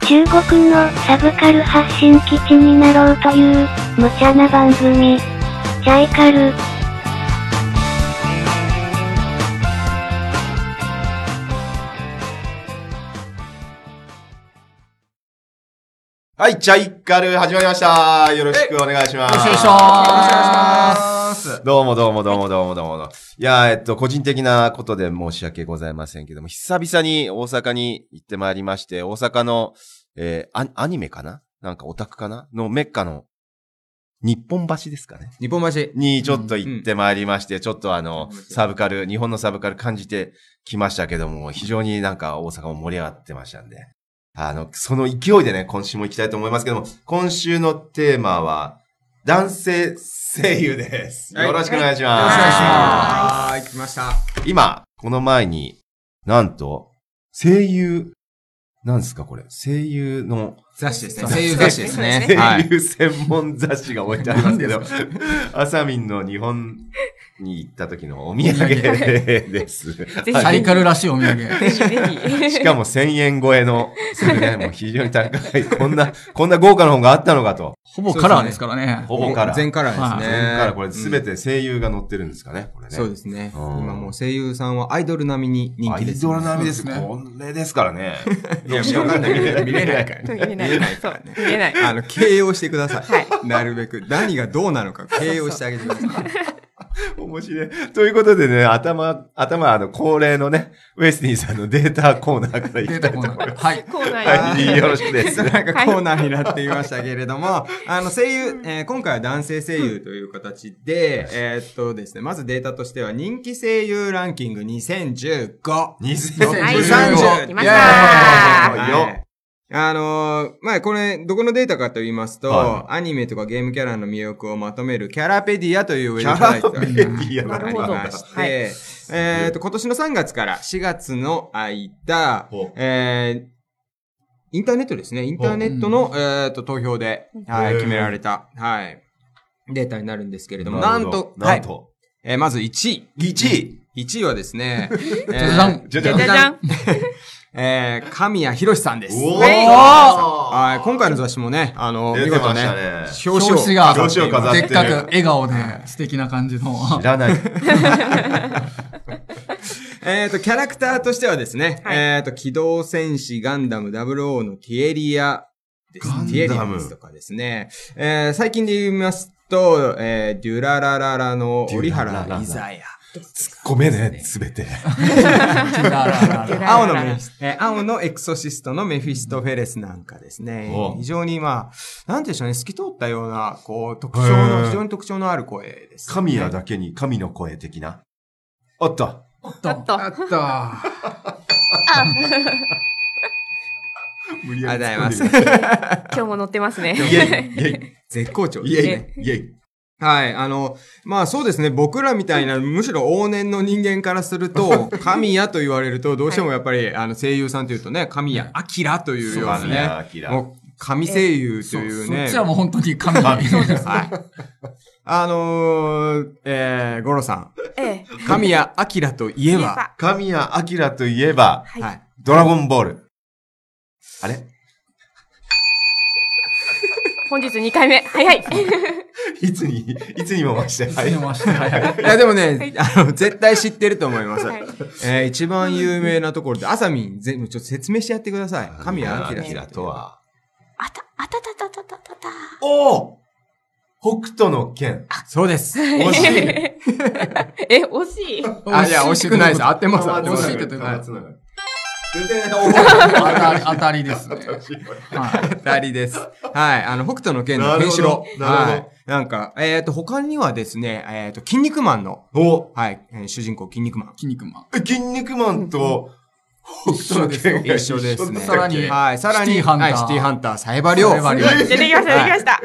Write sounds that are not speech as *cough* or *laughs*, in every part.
中国のサブカル発信基地になろうという、無茶な番組。チャイカル。はい、チャイカル始まりました。よろしくお願いします。よろしくお願いします。どうもどうもどうもどうもどうもどうも。いやー、えっと、個人的なことで申し訳ございませんけども、久々に大阪に行ってまいりまして、大阪の、えーアアニメかななんかオタクかなのメッカの、日本橋ですかね日本橋。にちょっと行ってまいりまして、ちょっとあの、サブカル、日本のサブカル感じてきましたけども、非常になんか大阪も盛り上がってましたんで、あの、その勢いでね、今週も行きたいと思いますけども、今週のテーマは、男性声優です。はいよろしくお願いしよろましす。くお願いします。はい、来ました。今、この前に、なんと、声優、なんですかこれ、声優の雑誌ですね。雑誌声優雑誌ですね。は声い。優専門雑誌が置いてありますけど、あさみんの日本に行った時のお土産です。ひサはイいカルらしいお土産。ぜひぜし *laughs* ひ。かも1000円超えの、するね、もう非常に高い、こんな、こんな豪華な本があったのかと。ほぼカラーですからね。ほぼから。全カラーですね。全からこれ全うんて声優が載ってるんですかね、これね。そうですね。うん今もう声優さんはアイドル並みに人ア気イです、ドル並みです。そうですねこれですからね。 *laughs* いやどうしようかんない見れない見れないからと言えない。そう、言えない。あの、形容してください。はなるべく。何がどうなのか形容してあげてください。面白い。ということでね、頭、頭、あの、恒例のね、ウェスティンさんのデータコーナーからいきたデーいとタ思いコまーナすー。。はい。コーナーはい、よろしくです。なんかコーナーになっていましたけれども、あの声優、えー今回は男性声優という形で、えーっとですね、まずデータとしては人気声優ランキング2015。 2015はい2015来ましイエたーイはいよあのーまあ、これ、どこのデータかと言いますと、はアニメとかゲームキャラの魅力をまとめるキャラペディアというウェブキサャライトペディアが *laughs* なるありほど。まして、はいえーっと、今年の3月から4月の間ほう、えーインターネットですね。インターネットの、えーっと、投票で、はへい、ー決められた、はい、データになるんですけれども、ななるんほとど、はなんい、と、えーまず1位。 1位。 1位はで *laughs* すね、えーじゃじゃん。じゃじじゃゃじゃじゃん。えー神谷博さんです。おはーい、今回の雑誌もね、あの、出見て事ましねた、ね。表表紙紙がが、表紙を飾っでてっかく笑顔で、素敵な感じの。知らない。えっ、と、キャラクターとしてはですね、はいえっ、と、機動戦士ガンダム00のティエリアです。ガンダムティエリアですとかですね、えー最近で言いますと、えーデュララララの折原イザヤ。ごめんね、すべて。青のメフィス、えー青のエクソシストのメフィストフェレスなんかですねお。非常にまあ、なんていうんでしょうね、透き通ったような、こう、特徴の、へー非常に特徴のある声です、ね。神谷だけに神の声的な。おっと。ちょっと。あった。無理ありがとうございます。今日も乗ってますイェね。イ、イェ絶好調イ、イですね。ェイ、イェイ。はい。あの、まあそうですね。僕らみたいな、むしろ往年の人間からすると、神谷と言われると、どうしてもやっぱり、あの、声優さんというとね、神谷明というよう神谷なね、明もう、神声優とそいうそねっち、はもう本当に神々。あのー、えー、ゴロさん、ええ。神谷明といえば、神谷明といえば、いはい。ドラゴンボール。あれ本日2回目。早い。いつに、いつにも増して、はい見。ましたはいいや、でもね、はいあの、絶対知ってると思います。はいえー、一番有名なところで、あさみん、全部ちょっと説明してやってください。神谷明。とは。あた、あたたたたたたた。おお北斗の剣。そうです。惜しい。え、惜しい。あ、いや、惜しくないです。合ってます。合って惜ましすいってどういうことあつながる全然覚当たり、当たりですね。えてないは二い。人 *laughs* です。はい。あの、北斗の剣のケンシロウ。なるほどなるはい。なんか、えっ、と、他にはですね、えっ、と、筋肉マンの、おはい、えー主人公筋肉マン。筋肉マン。筋肉マンと北斗の剣が一緒ですね。さらにはい。さらに、シティハンターはい、シティハンター、サイバリョウ。サイバリョウ出てきました、出てきました。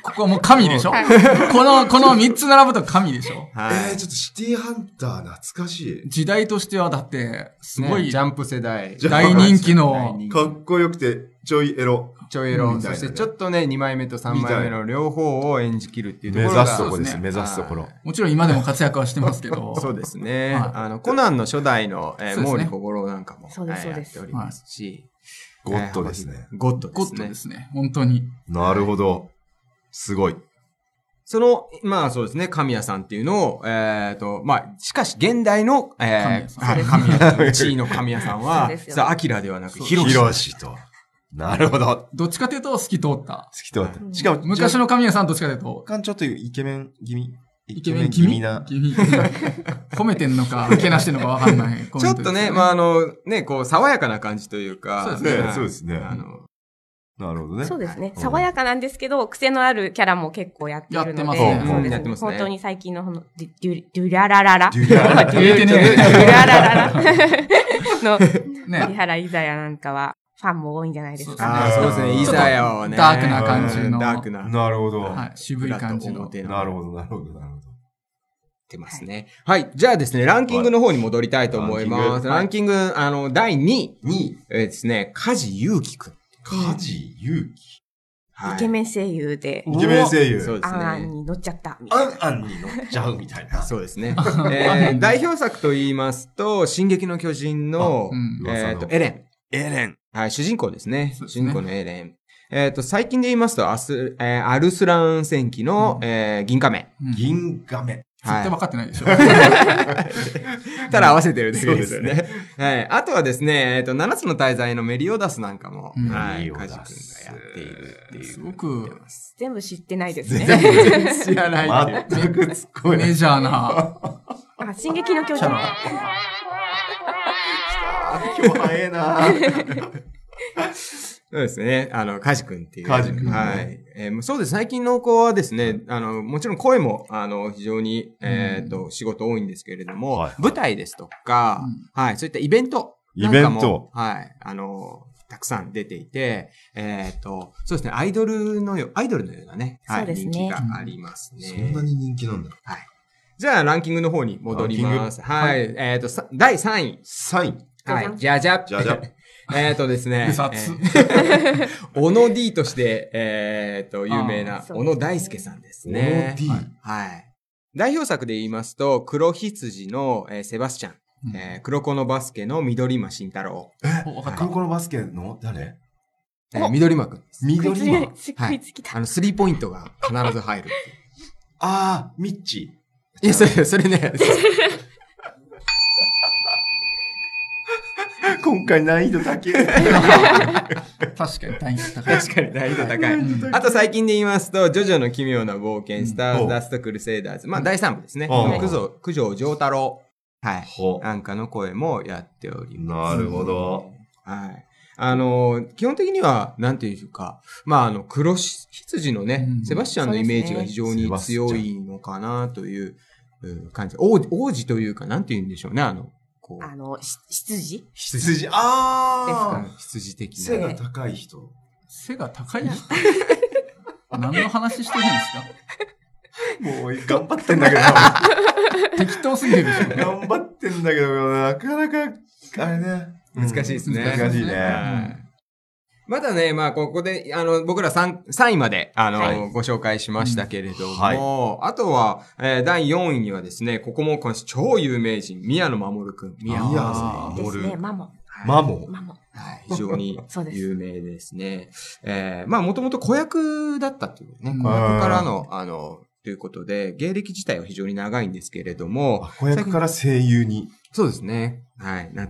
ここはもう神でしょはいこの、この3つ並ぶと神でしょはえー、い。ちょっとシティハンター懐かし時代としてはだって、すごねいジャンプ世代。ジャンプ大人気大の、人い。気かっこよくて、ちょいエロ。ちょいエロ、みたいそなしてちょっとね、2枚目と3枚目の両方を演じ切るっていうと目ころ指が。すとこです、そう目で指すところは。もちろん今でも活躍はしてますけど、そうですね。はいあの、コナンの初代の、えそー、うですね毛利小五郎なんかも、そうですはいそうやでっすておりますし。ゴッドですね。えー。ゴッドでゴすッドねで。すね。本当に。なるほど。すごい。その、まあそうですね、神谷さんっていうのを、えっ、と、まあ、しかし現代の、えー、神谷さんはい神谷さん、地位の神谷さんは *laughs* そうです、よさあ、アキラではなく、そうヒロシ。広しと。なるほど。どっちかというと透き通った。好きとった。しかも、昔の神谷さんどっちかというと、若干ちょっとイケメン気味。イイケメン気味な。気味褒めてんのか、けなしてんのかわかんないコ *laughs* ちメょンっトですとね、まああの、ね、こう、爽やかな感じというか、そうですねはいそうですねあの、なるほどね。そうですね。うん爽やかなんですけど、癖のあるキャラも結構やってるので。やってますねそううんでやすってね。ますね本当に最近のこの、デュデュデュララララ。デデュララ言えてねュララララの、え。ね三原伊沢なんかは、ファンも多いんじゃないですか。ああ、そうですね、イザヤをね。ちょっとダークな感じのうんダークな。なるほど。はい、渋い感じの。なるほど、なるほど、なるほど。ってますね。はい。じゃあですね、ランキングの方に戻りたいと思います。はいランキング、あの、第2位。 2位、えーですね、梶裕貴くん。梶裕貴。はい。イケメン声優で、イケメン声優。そうですあんあんね。に乗っちゃった。みたいアなンアンに乗っちゃうみたいな。そうですね。 *laughs* えー代表作と言いますと、進撃の巨人のあうん、えっ噂と、のエレン。エレン。はい、主人公ですね。そうです主ね人公のエレン。えっと、最近で言いますと、アス、えーアルスラン戦記の、えー銀仮面。うん絶銀亀。は対い分かってない *laughs* でしょ。ただ合わせてるだけですよそうね。はい。あとはですね、えっ、と、七つの大罪のメリオダスなんかも、うんはメい、リオカダジ君スがやっているっていう。すごく全部知ってないですね。全然 *laughs* 知らないっていう。全く突っ込めないメ。ジャーな。あ、進撃の巨人。今日早えなそうですね。あの、カジ君っていう。カジ君ねはい。えーもうそうです。最近の子はですね、あの、もちろん声も、あの、非常に、えっ、と、仕事多いんですけれども、はいはい舞台ですとか、はい、そういったイベントイなんベかンも。ト。はい。あの、たくさん出ていて、えっ、と、そうですね、アイドルのよ、アイドルのようなね、はい、そうですね人気がありますね。そんなに人気なんだ。じゃあ、ランキングの方に戻ります。はい。えっ、と、さ第3位。 3位。はじゃじゃい。んじじゃゃじゃ。じゃ。えっとですね。うさつえー小野 D として、えっ、と、有名なあーそう小野大輔さんです小ね野。D。はいはい。代表作で言いますと、黒羊の、えーセバスチャン、えー黒子のバスケの緑間慎太郎、お分かった黒。子のバスケの誰えー緑間くん *laughs* です。食いつ緑きの。食いつきたあ。の、スリーポイントが必ず入るっていう。あー、ミッチい *laughs* や、それ、それね。ー。今回難易度 *laughs* 高い。確かに大変高い。確かに難易度高い。うんあと最近で言いますと、ジョジョの奇妙な冒険、スターうズ・んダスト・クルセイダーズ。まあ、第3部ですね。うんはい九条、九条城太郎。はい。ほなんかの声もやっておりまなるほど。す。はい。あのー基本的には、なんていうか、まあ、あの、黒羊のね、うんセバスチャンのイメージが非常に強いのかなといううん感じ。王子王子というか、なんて言うんでしょうね、あの、こあう、の、し羊羊、うあん羊的ー。な。背が高い人。背が高い *laughs* 人何の話してるんですもう頑張ってん *laughs* だけど、か適当すぎるでしょ。頑張ってんだけど、なかなか、あれね。難しいですね。難しいはね。いまだね、まあ、ここで、あの、僕ら 3, 3位まで、あの、はいご紹介しましたけれども、はあとは、えー第4位にはですね、ここもこの超有名人、宮野守くん。宮野いやですね。ー、でモすルね。。マモ。マモ。マモ。はい、非常に *laughs* そうです有名ですね。えーまあ、もともと子役だったっていうね、うん子役からの、あの、ということで、芸歴自体は非常に長いんですけれども、あ子役から声優に。そうですね。はい。な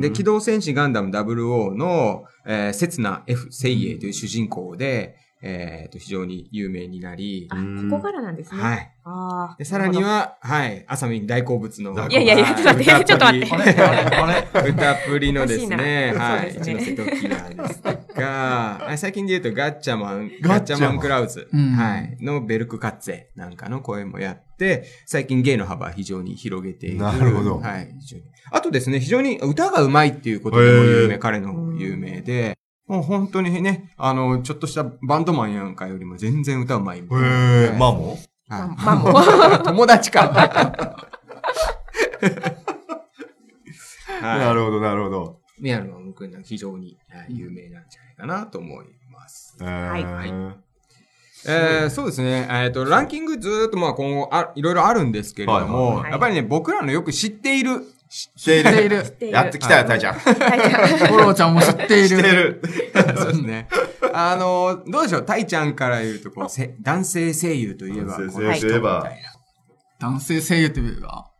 で、機動戦士ガンダム00の、えー、刹那 F セイエイという主人公で、えーと、非常に有名になりあ、、うんここからなんですね。はい。あーで、さらに、は、はい、アサミン大好物の。いやいやいやはちょっと *laughs* 待ってちょっと待ってあれ歌っぷあ *laughs* れり。歌っぷりのですね、おかしいなはい、そうで一すノね瀬トキラーですとか、あ最近で言うとガッチャマン、ガガッッチチャャマンマンクラウズ、うんはい、のベルクカッツェなんかの声もやって、最近芸の幅非常に広げている。なるほどはい、非常にあとですね、非常に歌が上手いっていうことでも有名、へー彼の有名で、もう本当にね、あの、ちょっとしたバンドマンやんかよりも全然歌うまい。へへえ、マモはいマンモ。 *laughs* 友達か。なはるほど、なるほど。い。宮野真君は非常にはい有名なんじゃないかなと思います。はいはいえー、そうですね。えっ、と、ランキングずーっとまあ今後あ、いろいろあるんですけれども、はいはいやっぱりね、僕らのよく知っている、知ってい知っている。る。やってきたよ、タイちゃん。知っ五郎ちゃんも知っている。てる。そうですね。あの、どうでしょう、タイちゃんから言うとこう、せ男性声優といえば、男性この人声優といえみばたいな。男性声優といえば、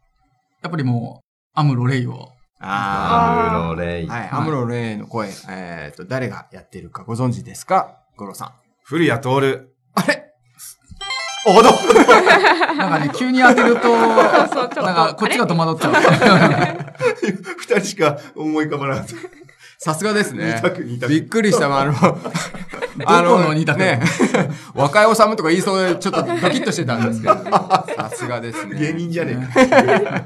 やっぱりもう、アムロレイを。あアムロレイあ。。はい、アムロレイの声、えっ、と、誰がやってるかご存知ですかゴロさん。古谷徹。あれおどなんか *laughs* ね、急に当てると、なんそうちょっとかこっちが戸惑っちゃう。二人しか思い浮かばなかった。さすがですね二択二。択びっくりした。あの、どこの二択ね、 *laughs* 若いおさむとか言いそうで、ちょっとドキッとしてたんですけど、さすがですね。芸人じゃねえか。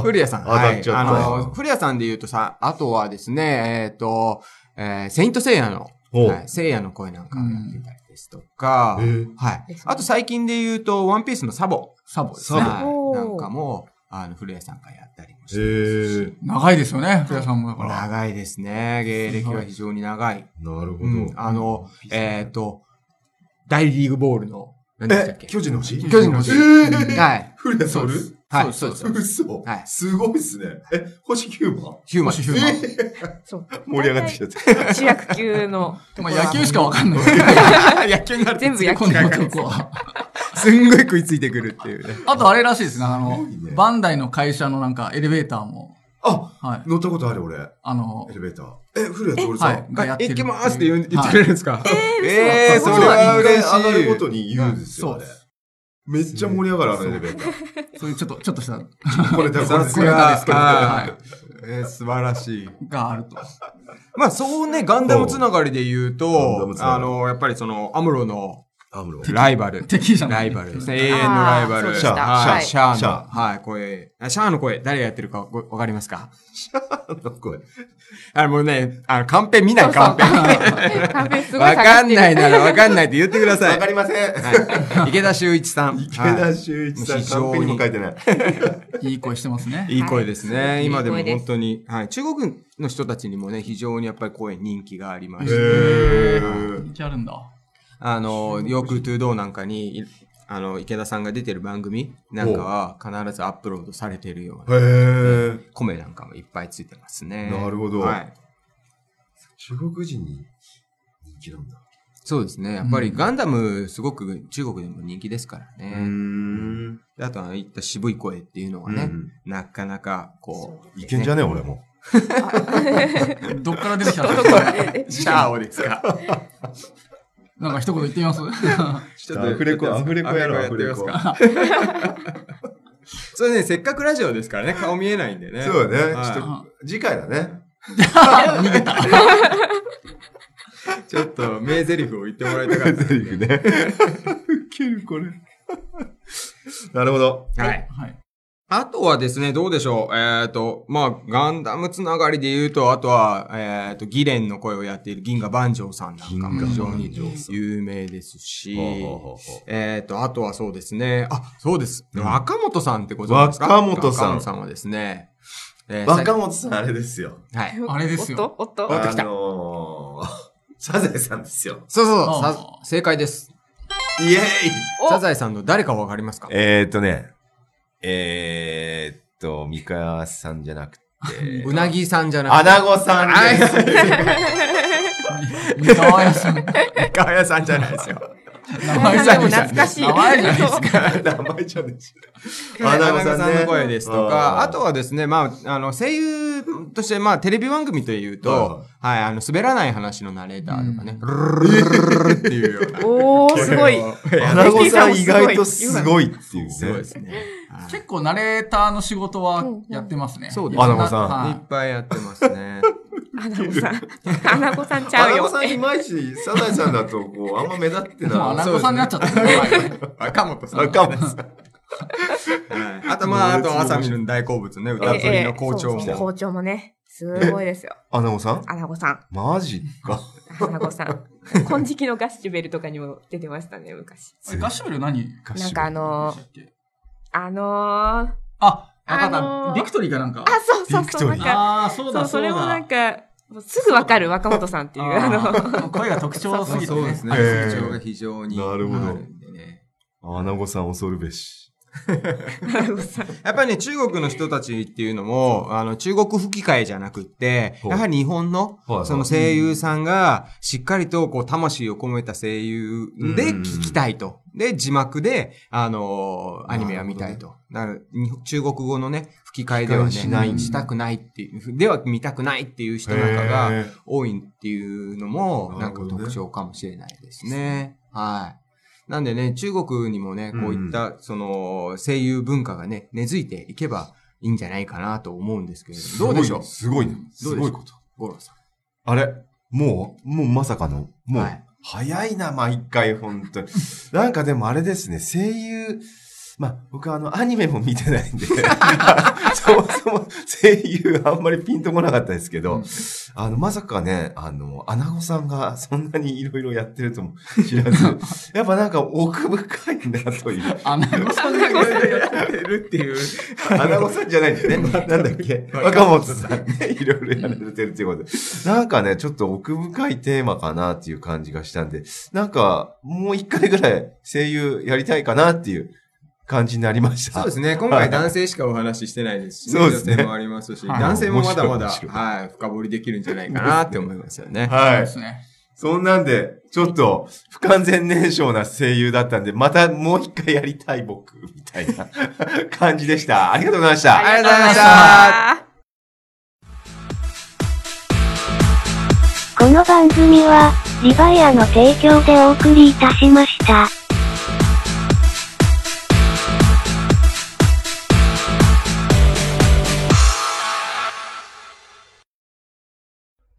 古谷さん。あはい。ちょっとあの、古谷さんで言うとさ、あとはですね、えっ、と、えー、セイントセイヤの、ほうはい、セイヤの声なんかをやっていたりですとか、うんへえはいですね。あと最近で言うと、ワンピースのサボ。 *laughs* サボですサボね。はい、おーなんかも、あの、古谷さんがやったりもしてへえ。長いですよね、古谷さんもだから。長いですね。芸歴は非常に長い。なるほうん、あの、えっ、と、大リーグボールの、何でしたっえけ、巨人の星巨人の星えーはい。古谷徹そうですはいそうですそうです。 *laughs* 嘘はいすごいっすね。え、星9番ヒューマン。星ヒューマンそう。盛り上がってきちゃった。主役級の。まあ野球しかわかん *laughs* ない。野球になると全部野球 *laughs* こんな男は。すんごい食いついてくるっていうね。あとあれらしいですね、あのすごいね、バンダイの会社のなんかエレベーターも、あ、はい、乗ったことある俺。あのエ、レベーター。え、古谷徹さはんい、。がやってる行てきいまう。すって言う言ってくれるんですかえーえー嘘そだれは一回嬉しい。上がるごとに言うんですよ、うんあれ。めっちゃ盛り上がる、あのエレベーター。はいそういうちょっと、ちょっとした、これだ、これさだすがですけど。ははいい、えー素晴らしい。があると。まあ、そうね、ガンダムつながりで言うガンダとム、つながりあの、やっぱりその、アムロのアムロ。ライバル。敵じゃなラい。イバルですね。永遠のライバあーそうル。でしたはいシシャャアアシャアの、はい、声。あシャアの声、誰がやってるかごわかりますかこれあもうね、あの、カンペ見ない、 *laughs* カンペ。 *laughs* カフェすごいわかんないな。ならわかんないって言ってください。わかりません。はい池田修一さん。池は田い修一さん、非常にカンペにも書いてない。いい声してますね。いい声ですね。はい今でもいい声です本当に、はい。中国の人たちにもね、非常にやっぱり声人気がありまして、へー人気あるんだ。あの、よくトゥードーなんかに、いあの、池田さんが出てる番組なんかは必ずアップロードされてるような、へえ。コメなんかもいっぱいついてますね。なるほどはい。中国人に人気なんだ。そうですね。やっぱりうんガンダムすごく中国でも人気ですからうね。ん。あとは言った渋い声っていうのはね、なかなかこう。いけんじゃねえ、俺も。どっから出てきたんです *laughs* どこかまで *laughs* シャアをです *laughs* かなんか一言言ってみます *laughs* ちアフレコ、アフレコやろ、アアフフレレココやってみ。ますか。それね、せっかくラジオですからね、顔見えないんでね。そうだね。はいちょっと、次回だね。ちょっと名台詞を言ってもらいたかっ *laughs* セリフね。ける、これ。なるほど。た。はい。はい。あとはですね、どうでしょう。えっ、と、まあ、ガンダムつながりで言うと、あとは、えっ、と、ギレンの声をやっている銀河万丈さんなんかも非常に銀河万丈さん有名ですし、ほうほうほうほえっ、と、あとはそうですね、あ、そうです。うん若本さんってご存知ですか若本さん若本さんはですね、えー若本さん、あれですよ。さはい。あれですよ。おっとおっとわかってあきたのー、サザエさんですよ。そうそうそうあーさ正解です。イエーイおサザエさんの誰かわかりますかえー、っとね、えー、っと、三河さんじゃなくて、うなぎさんじゃなくて。アナゴさんです。三河屋さん。名ガヤさんじゃないですよ。前さんでも *laughs* 懐かしい名前じゃないですか。名前じゃねえし。アナゴさんの声ですとか、あとは、はですね、まあ、あの、声優として、まあ、テレビ番組というと、はい、あの、滑らない話のナレーターとかね、ルルルルっていうような。おー、すごい。アナゴさん意外とすすごいごいっていうね。すごいですね。はい結構ナレーターの仕事はやってますね。そうですねアナゴさんいはっいぱいやってますね。アナゴさん。アナゴさんちアゃうナゴよ。さんいまいち、サザエさんだと、こう、あんま目立ってもうアなナい。ゴさんになっちゃったね。若本さん。若本さん。 *laughs* はいあと、まあ、あと、あさみの大好物ね、歌取りの校長そうそうも。校長もね。すごいですよ。アナゴさんアナゴさん。マジか。アナゴさん。金色のガッシュベルとかにも出てましたね、昔。えガッシュベル何でなんかあのしたー、っけあのー、あ、あ、あ、たあのだ、ービクトリーかなんか。そうそうそう。なビクトんリか、ああ、そうそだ、う、それもなんっか、もうすぐわかる若本さんっていう、あの、声が特徴すぎてそうでねす。ね。へー特徴が非常になるほどあんでね。アナゴさん恐るべし。アナゴさん。やっぱりね、中国の人たちっていうのも、あの、中国吹き替えじゃなくって、ほうやはり日本のはいは、いその声優さんが、しっかりと、こう、魂を込めた声優でうん聞きたいと。で、字幕で、あのーアニメは見たいと。なるに中国語のね、吹き替えではね、吹き替えしないんだしたくないっていう、では見たくないっていう人なんかが、多いっていうのも、なんか特徴かもしれないですね。はい。なんでね、中国にもね、こういった、その、声優文化がね、根付いていけばいいんじゃないかなと思うんですけれども、どうでしょうすごいね。すどうでしょうごいこと。五郎さん。あれもうもうまさかのもう、はい早いな、毎回、本当に。 *laughs* なんかでもあれですね、声優、まあ、僕はあの、アニメも見てないんで、 *laughs* そもそも声優あんまりピンとこなかったですけど、うんあの、まさかね、あの、アナゴさんがそんなにいろいろやってるとも知らず、やっぱなんか奥深いなという。アナゴさんがやってるって *laughs* いう。 *laughs* アナゴさんじゃないんです *laughs* ね。なんだっけ若本さん *laughs* ね。いろいろやられてるっていうことで。なんかね、ちょっと奥深いテーマかなっていう感じがしたんで、なんか、もう一回ぐらい声優やりたいかなっていう感じになりました。そうですね。今回男性しかお話ししてないですし、そうですね女性もありますし、はい男性もまだまだ、面白い面はい、深掘りできるんじゃないかなって思いますよね。はでい。すね。そんなんで、ちょっと不完全燃焼な声優だったんで、またもう一回やりたい僕、みたいな *laughs* 感じでした。ありがとうございました。りがとうございましたありがとうございましこた。の番組は、リバイアの提供でお送りいたしました。